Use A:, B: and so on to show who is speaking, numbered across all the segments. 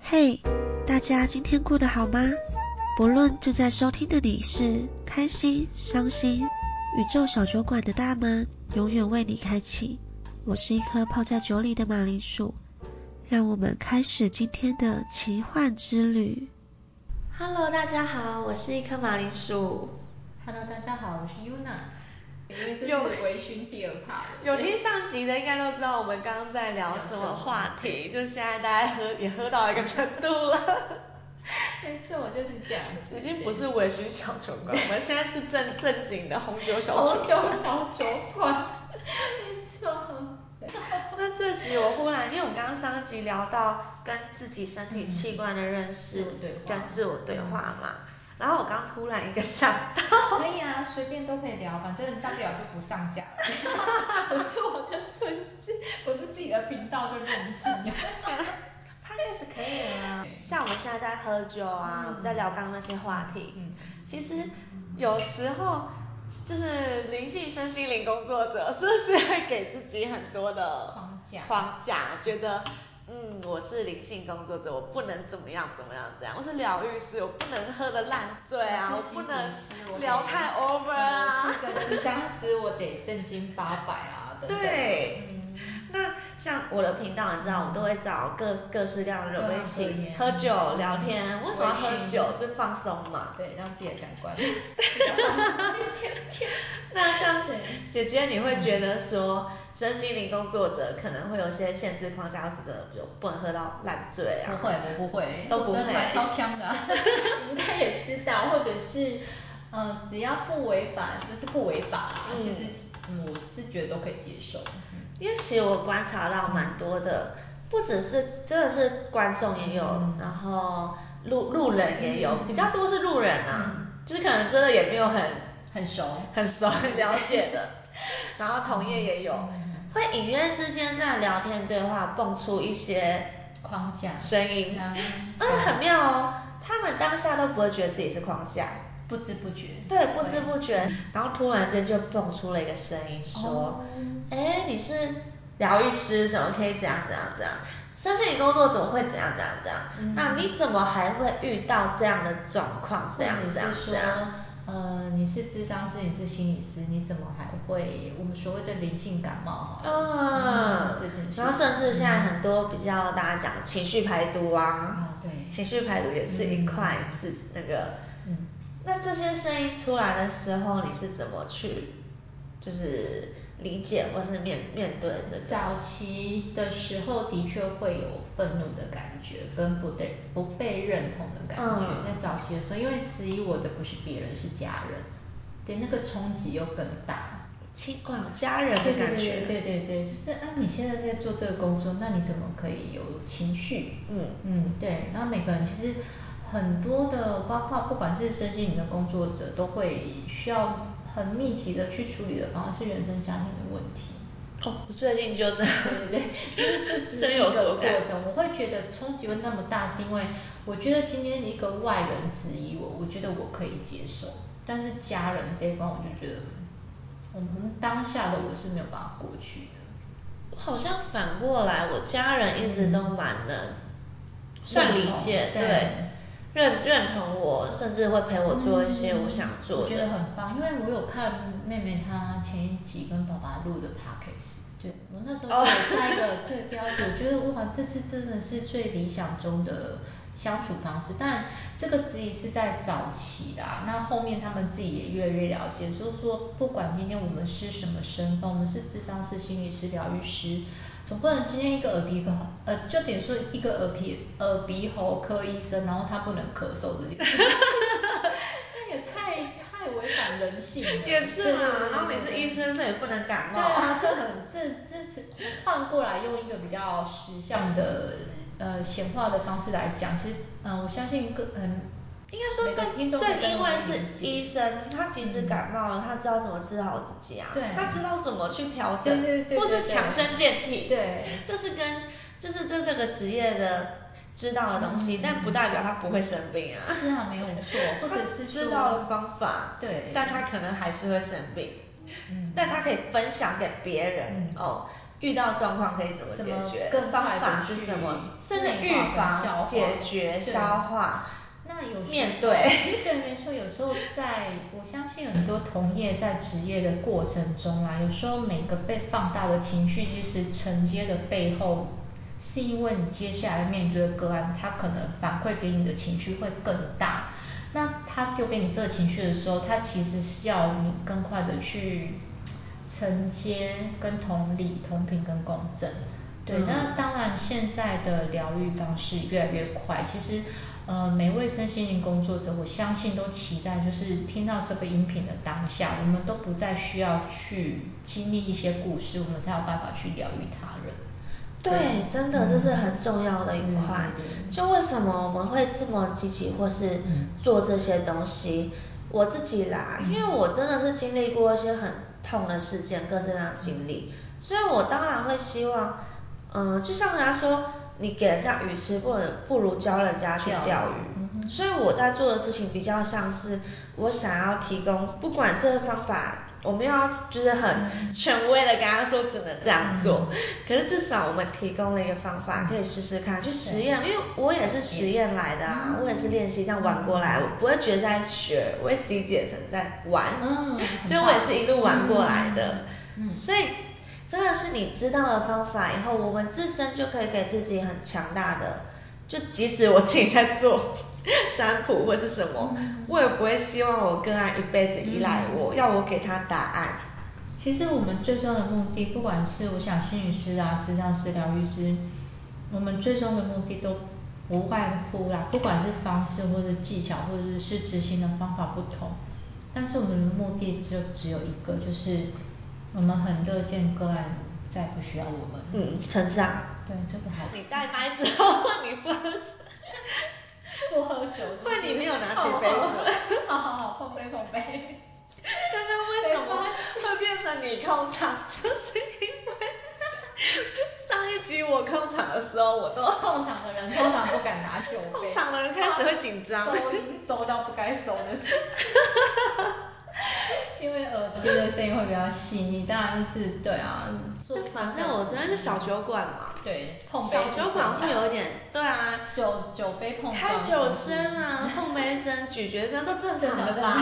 A: 嘿，大家今天过得好吗？不论正在收听的你是开心、伤心，宇宙小酒馆的大门永远为你开启。我是一颗泡在酒里的马铃薯，让我们开始今天的奇幻之旅。Hello，大家好，我是一颗马铃薯。
B: Hello，大家好，我是 Yuna。因为这是微醺第二趴了。
A: 有听上集的应该都知道我们刚刚在聊什么话题，就现在大家喝也喝到一个程度了。
B: 没错，我就是这样子。
A: 已经不是微醺小酒馆，我们现在是正正经的红酒哦小
B: 红
A: 酒
B: 酒
A: 馆。
B: 小酒馆，没错。
A: 那这集我忽然，因为我们刚刚上一集聊到跟自己身体器官的认识，
B: 自我对话
A: 跟自我对话嘛，然后我刚突然一个想到，
B: 可以啊，随便都可以聊，反正大不了就不上架了。我是我的顺势，我是自己的频道就任性。
A: p o d c a 可以啊，像我们现在在喝酒啊，我们在聊刚刚那些话题，
B: 嗯
A: 其实有时候就是灵性身心灵工作者是不是会给自己很多的
B: 框架
A: 框架，觉得嗯，我是灵性工作者，我不能怎么样怎么样怎样，我是疗愈师，我不能喝的烂醉啊，我
B: 是
A: 不
B: 心理师我
A: 能
B: 得
A: 聊太 over 啊。
B: 我嗯是个智商师，我得正经八百啊，等等。
A: 对
B: 嗯，
A: 那像我的频道，你知道，我都会找各各式各样的人我们一起喝酒聊天。为什么要喝酒？就是放松嘛。
B: 对，让自己的感 官。天天。
A: 那像
B: 对
A: 姐姐，你会觉得说，身心灵工作者可能会有一些限制框架，是真的，比如不能喝到烂醉啊。
B: 不会，我不会，
A: 都不
B: 我
A: 会
B: 的买超香 的啊、 你应该也知道，或者是，嗯、只要不违反，就是不违法啦。
A: 嗯
B: 其实，嗯，我是觉得都可以接受。嗯
A: 因为其实我观察到蛮多的，不只是真的是观众也有，
B: 嗯
A: 然后路路人也有，比较多是路人啊，就是可能真的也没有很
B: 嗯很熟
A: 很熟、很了解 的，然后同业也有，
B: 嗯
A: 会隐约之间在聊天对话蹦出一些
B: 框架
A: 声音
B: 啊，
A: 而且很妙哦，他们当下都不会觉得自己是框架。
B: 不知不觉。
A: 对，不知不觉，然后突然间就蹦出了一个声音说
B: 哦：“
A: 哎、你是疗愈师，怎么可以怎样怎样怎样？相信你工作怎么会怎样怎样怎样？
B: 嗯
A: 那你怎么还会遇到这样的状况？
B: 或
A: 这样
B: 者
A: 这样
B: 是
A: 这
B: 说
A: 样？，
B: 呃，你是智商师，你是心理师，你怎么还会我们所谓的灵性感冒好了？
A: 嗯
B: 这件，事嗯
A: 然后甚至现在很多比较大家讲情绪排毒啊
B: 啊，对
A: 情绪排毒也是一块是那个，
B: 嗯
A: 那这些声音出来的时候，你是怎么去就是理解或是面面对这个？
B: 早期的时候的确会有愤怒的感觉，跟不被不被认同的感觉。
A: 嗯
B: 在早期的时候，因为质疑我的不是别人，是家人，对那个冲击又更大。
A: 亲广家人的感觉，
B: 对对对对对，就是啊，你现在在做这个工作，那你怎么可以有情绪？
A: 嗯
B: 嗯，对。然后每个人其实很多的，包括不管是身心灵的工作者，都会需要很密集的去处理的，反而是原生家庭的问题。
A: 哦，我最近就这样，
B: 对对对，就是这
A: 深
B: 是一
A: 有
B: 个
A: 所
B: 过
A: 感。
B: 程。我会觉得冲击会那么大，是因为我觉得今天一个外人质疑我，我觉得我可以接受，但是家人这一关，我就觉得我们当下的我是没有办法过去的。
A: 我好像反过来，我家人一直都蛮能算理解，
B: 嗯认同
A: 对，认认同我，甚至会陪我做一些我想做
B: 我觉得
A: 的。
B: 很棒，因为我有看妹妹她前一集跟爸爸录的 podcast，对我那时候
A: 哦
B: 给我下一个、对标准，我觉得哇，这是真的是最理想中的相处方式。但这个质疑是在早期啦，那后面他们自己也越来越了解，就是说不管今天我们是什么身份，我们是智商师、心理师、疗愈师。总不能今天一个耳鼻一个喉，呃，就等于说一个耳鼻耳鼻喉科医生，然后他不能咳嗽这 件事情，那也太太违反人性了。
A: 也是嘛
B: 对对对对
A: 然后你是医生所以不能感冒
B: 对啊， 这很这这是换过来用一个比较时尚的呃显化的方式来讲，其实嗯、呃我相信各嗯。
A: 应该说
B: 每个听
A: 更，
B: 众
A: 正
B: 会更
A: 因为
B: 能理
A: 是
B: 解
A: 医生，他即使
B: 嗯
A: 感冒了，他知道怎么治好自己啊
B: 对，
A: 他知道怎么去调整，
B: 对对对对
A: 或
B: 对
A: 是强身健体，
B: 对
A: 这是跟就是这这个职业的知道的东西，但不代表他不会生病啊。
B: 嗯是啊，没有错，或者是
A: 他
B: 说
A: 知道了方法，
B: 对，
A: 但他可能还是会生病，
B: 嗯
A: 但他可以分享给别人、
B: 嗯
A: 哦。遇到状况可以怎么
B: 怎
A: 解
B: 么
A: 决，
B: 更
A: 方
B: 快地
A: 法是什么，
B: 去
A: 甚至
B: 内
A: 预
B: 化跟
A: 防
B: 消、化
A: 解决、
B: 对
A: 消化。
B: 那有时
A: 面
B: 候
A: 对
B: 对，没错。有时候在我相信很多同业在职业的过程中啊，有时候每个被放大的情绪，其实承接的背后，是因为你接下来面对的个案，他可能反馈给你的情绪会更大。那他丢给你这个情绪的时候，他其实是要你更快的去承接、跟同理、同频跟共振。对，
A: 嗯
B: 那当然，现在的疗愈方式越来越快。其实，呃，每位身心灵工作者，我相信都期待，就是听到这个音频的当下，我们都不再需要去经历一些故事，我们才有办法去疗愈他人。
A: 对，真的这是很重要的一
B: 嗯
A: 块
B: 对对。
A: 就为什么我们会这么积极，或是
B: 嗯
A: 做这些东西？我自己啦，因为我真的是经历过一些很痛的事件，各式各样的经历，所以我当然会希望，嗯、就像人家说，你给人家鱼吃，不能不如教人家去
B: 钓鱼
A: 钓
B: 嗯
A: 鱼。
B: 哼
A: 所以我在做的事情比较像是我想要提供，不管这个方法，我们要就是
B: 嗯
A: 很权威的跟他说只能这样做， 可是至少我们提供了一个方法，可以试试看，去实验，因为我也是实验来的
B: 嗯
A: 啊，我也是练习这样玩过来，我不会觉得在学，我会理解成在玩，
B: 嗯
A: 所以我也是一路玩过来的，
B: 嗯嗯
A: 所以真的是你知道了方法以后，我们自身就可以给自己很强大的，就即使我自己在做 占卜或是什
B: 嗯
A: 么，我也不会希望我个案一辈子依赖我，要我给他答案，
B: 其实我们最终的目的，不管是我想心理师啊、治疗师、疗愈师，我们最终的目的都不外乎啦，不管是方式或是技巧，或者是执行的方法不同，但是我们的目的就只有一个，就是我们很乐见个案再不需要我们。
A: 嗯，成长。
B: 对，这个好。
A: 你带麦之后，你不能
B: 不喝酒。
A: 会你没有拿起杯子，
B: 好好好，碰杯碰 杯。
A: 这是为什么会变成你控场，就是因为上一集我控场的时候，我都
B: 控场的人 通常不敢拿酒杯，
A: 控场的人开始会紧张
B: 收音收到不该收的 时候，因为耳机的声音会比较细腻，当然就是对啊，
A: 就反正我真的是小酒馆嘛，
B: 对碰杯
A: 小酒馆会有点，对啊，
B: 酒酒杯碰撞
A: 开酒声啊， 碰杯声、咀嚼声都正常的 吧？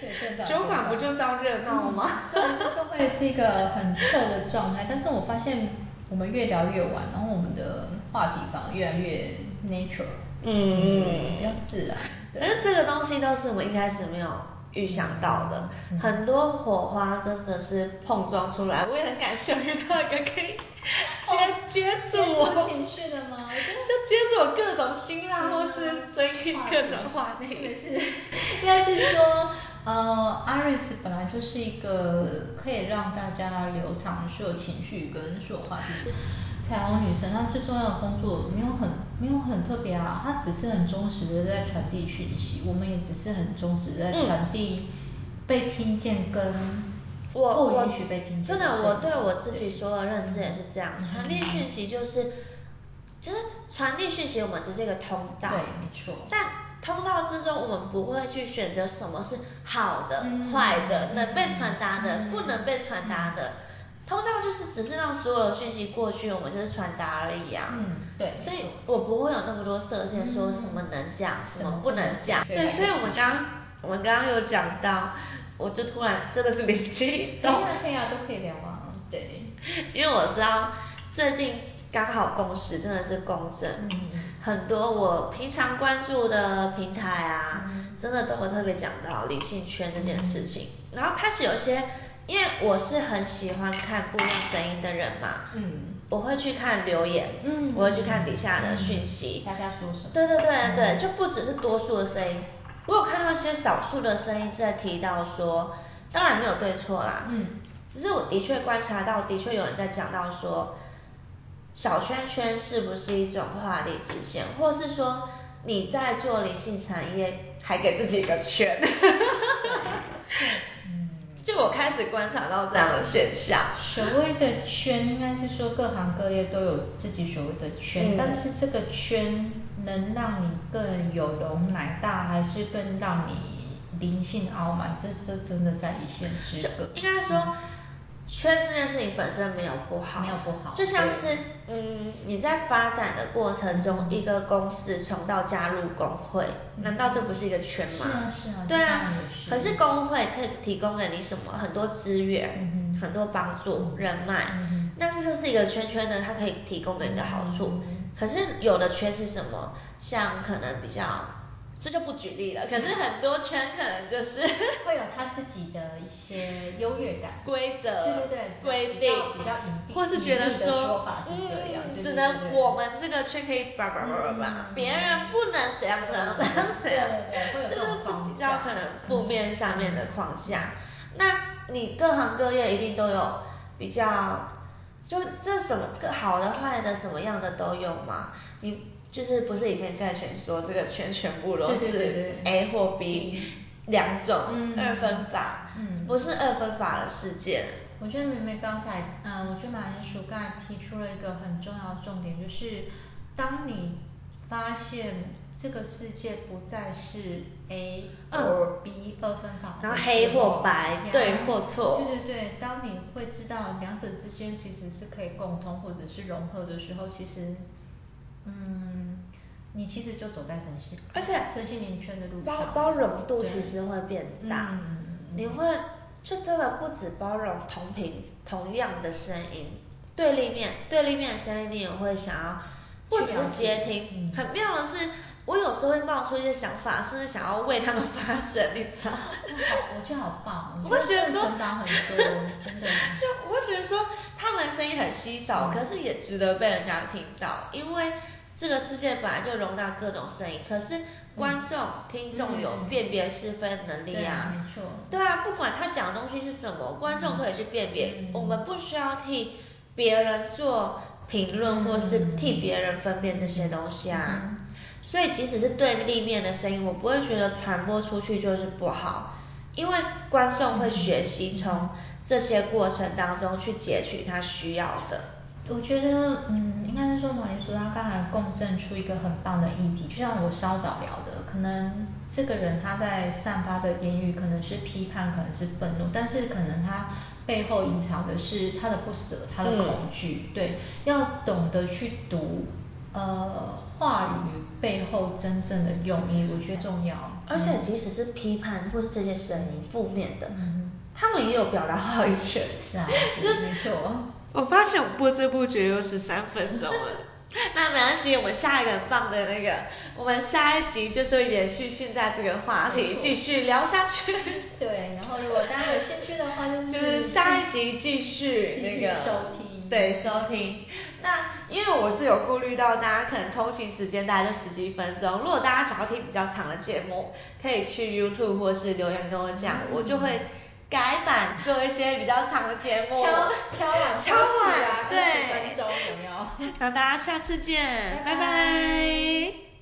B: 对，正常。
A: 酒馆不就是要热闹吗？
B: 对，就是会是一个很臭的状态。但是我发现我们越聊越晚，然后我们的话题反而越来越 natural，比
A: 嗯
B: 较自然。对
A: 可是这个东西都是我们一开始没有预想到的，
B: 嗯
A: 很多火花真的是碰撞出来。我也很感谢遇到一个可以接、 接住我
B: 哦接触情绪的吗我觉得啊
A: 就接住我各种辛辣或是追忆各种话题。
B: 应该是说，呃，Iris 本来就是一个可以让大家流淌所有情绪跟所有话题。彩虹女神她最重要的工作没有很没有很特别啊，她只是很忠实的在传递讯息，我们也只是很忠实的在传递被听见跟
A: 我
B: 不
A: 我
B: 允许被听见。
A: 真的，我对我自己所有认知也是这样，传递讯息就是就是传递讯息，我们只是一个通道，
B: 对没错
A: 但通道之中，我们不会去选择什么是好的、
B: 嗯
A: 坏的、能被
B: 嗯
A: 传达的、不能被传达的。通道就是只是让所有的讯息过去，我们就是传达而已啊。
B: 嗯对
A: 所以
B: 没错
A: 我不会有那么多设限，说什么能讲，什么不能讲。
B: 对
A: 对，所以我们刚我们刚刚有讲到，我就突然真的是灵机一
B: 可以
A: 动
B: 啊，可以啊，都可以聊啊，对。
A: 因为我知道最近刚好共识真的是公正，
B: 嗯
A: 很多我平常关注的平台啊，
B: 嗯
A: 真的都会特别讲到理性圈这件事情。
B: 嗯
A: 然后开始有一些，因为我是很喜欢看不一样声音的人嘛，
B: 嗯
A: 我会去看留言，
B: 嗯
A: 我会去看底下的讯息，
B: 大家说什么嗯
A: 对对对对，就不只是多数的声音，我有看到一些少数的声音在提到说，当然没有对错啦，
B: 嗯，
A: 只是我的确观察到，的确有人在讲到说，小圈圈是不是一种画地自限，或是说你在做灵性产业还给自己一个圈， 就我开始观察到这样的现象，
B: 所谓的圈，应该是说各行各业都有自己所谓的圈，
A: 嗯
B: 但是这个圈能让你更有容乃大，还是更让你灵性傲慢，这这真的在一线之
A: 就
B: 隔。
A: 应该说，圈这件事情本身没有不好，
B: 没有不好
A: 就像是
B: 对
A: 嗯，你在发展的过程中，一个公司从到加入工会，难道这不是一个圈吗？
B: 是啊是啊
A: 对
B: 这当
A: 啊
B: 然也。是
A: 可是工会可以提供给你什么？很多资源
B: 嗯，哼
A: 很多帮助、人脉
B: 嗯哼，
A: 那这就是一个圈圈的，它可以提供给你的好处
B: 嗯哼。
A: 可是有的圈是什么？像可能比较。这就不举例了，可是很多圈可能就是
B: 会有他自己的一些优越感。
A: 规则、
B: 对对对
A: 规
B: 比
A: 定
B: 较比较隐蔽
A: 或是觉得
B: 隐蔽的说法是这样嗯
A: 嗯，
B: 对对
A: 只能
B: 对
A: 我们这个却可以叭叭叭叭叭，别人不能怎样怎样怎样怎样
B: 对对对会，有
A: 这
B: 这
A: 个
B: 种
A: 是
B: 框
A: 比较
B: 架
A: 可能负面上面的框架。那你各行各业一定都有比较，就这什么这个好的坏的什么样的都有嘛，你。就是不是以偏概全说这个全全部都
B: 对对对
A: 是
B: 对
A: A 或 B 两种
B: 嗯
A: 二分法，
B: 嗯
A: 不是二分法的世界，
B: 我觉得梅梅刚才，呃，我觉得马铃薯刚才提出了一个很重要的重点，就是当你发现这个世界不再是 A
A: 嗯
B: 或 B 二分法的时候，
A: 然后黑或白
B: 然后
A: 对或错
B: 对对对，当你会知道两者之间其实是可以共通或者是融合的时候，其实，嗯，你其实就走在神仙，
A: 而且
B: 身心灵圈的路
A: 包
B: 上
A: 包容度
B: 对
A: 其实会变大，
B: 嗯嗯嗯
A: 你会就真的不止包容同频同样的声音，对立面对立面的声音你也会想要，不只
B: 去
A: 是
B: 了解
A: 接听，
B: 嗯
A: 很妙的是。我有时候会冒出一些想法，甚至想要为他们发声，你知道吗？
B: 好我觉得好棒
A: 我
B: 我
A: 会觉
B: 觉得
A: 得
B: 这
A: 说
B: 个成长很多真的
A: 就我会觉得说他们声音很稀少，可是也值得被人家听到，因为这个世界本来就容纳各种声音，可是观众、听众有
B: 嗯
A: 辨别是非的能力啊，
B: 对没错
A: 对啊，不管他讲的东西是什么，观众可以去辨别，
B: 嗯
A: 我们不需要替别人做评论，或是替别人分辨这些东西啊。
B: 嗯
A: 所以即使是对立面的声音，我不会觉得传播出去就是不好，因为观众会学习从这些过程当中去截取他需要的。
B: 我觉得，嗯，应该是说马铃薯他刚才共振出一个很棒的议题，就像我稍早聊的，可能这个人他在散发的言语可能是批判，可能是愤怒，但是可能他背后隐藏的是他的不舍，他的
A: 嗯
B: 恐惧，对，要懂得去读，呃，话语背后真正的用意，我觉得重要。
A: 而且即使是批判或是这些声音负面的，
B: 嗯
A: 他们也有表达话语权。
B: 是啊 是没错
A: 我发现我不知不觉又十三分钟了。那没关系，我们下一个很棒的那个，我们下一集就是会延续现在这个话题
B: 没，错
A: 继续聊下去。
B: 对，然后如果大家有兴趣的话，就是
A: 就是下一集继续
B: 继
A: 那
B: 续
A: 个
B: 收听
A: 对收听。那因为我是有顾虑到大家可能通勤时间大概就十几分钟，如果大家想要听比较长的节目，可以去 YouTube 或是留言跟我讲，
B: 嗯
A: 我就会改版做一些比较长的节目，
B: 敲敲碗
A: 敲
B: 敲碗
A: 碗，
B: 啊
A: 对，
B: 20分钟有没有
A: 那大家下次见，
B: 拜拜
A: 拜拜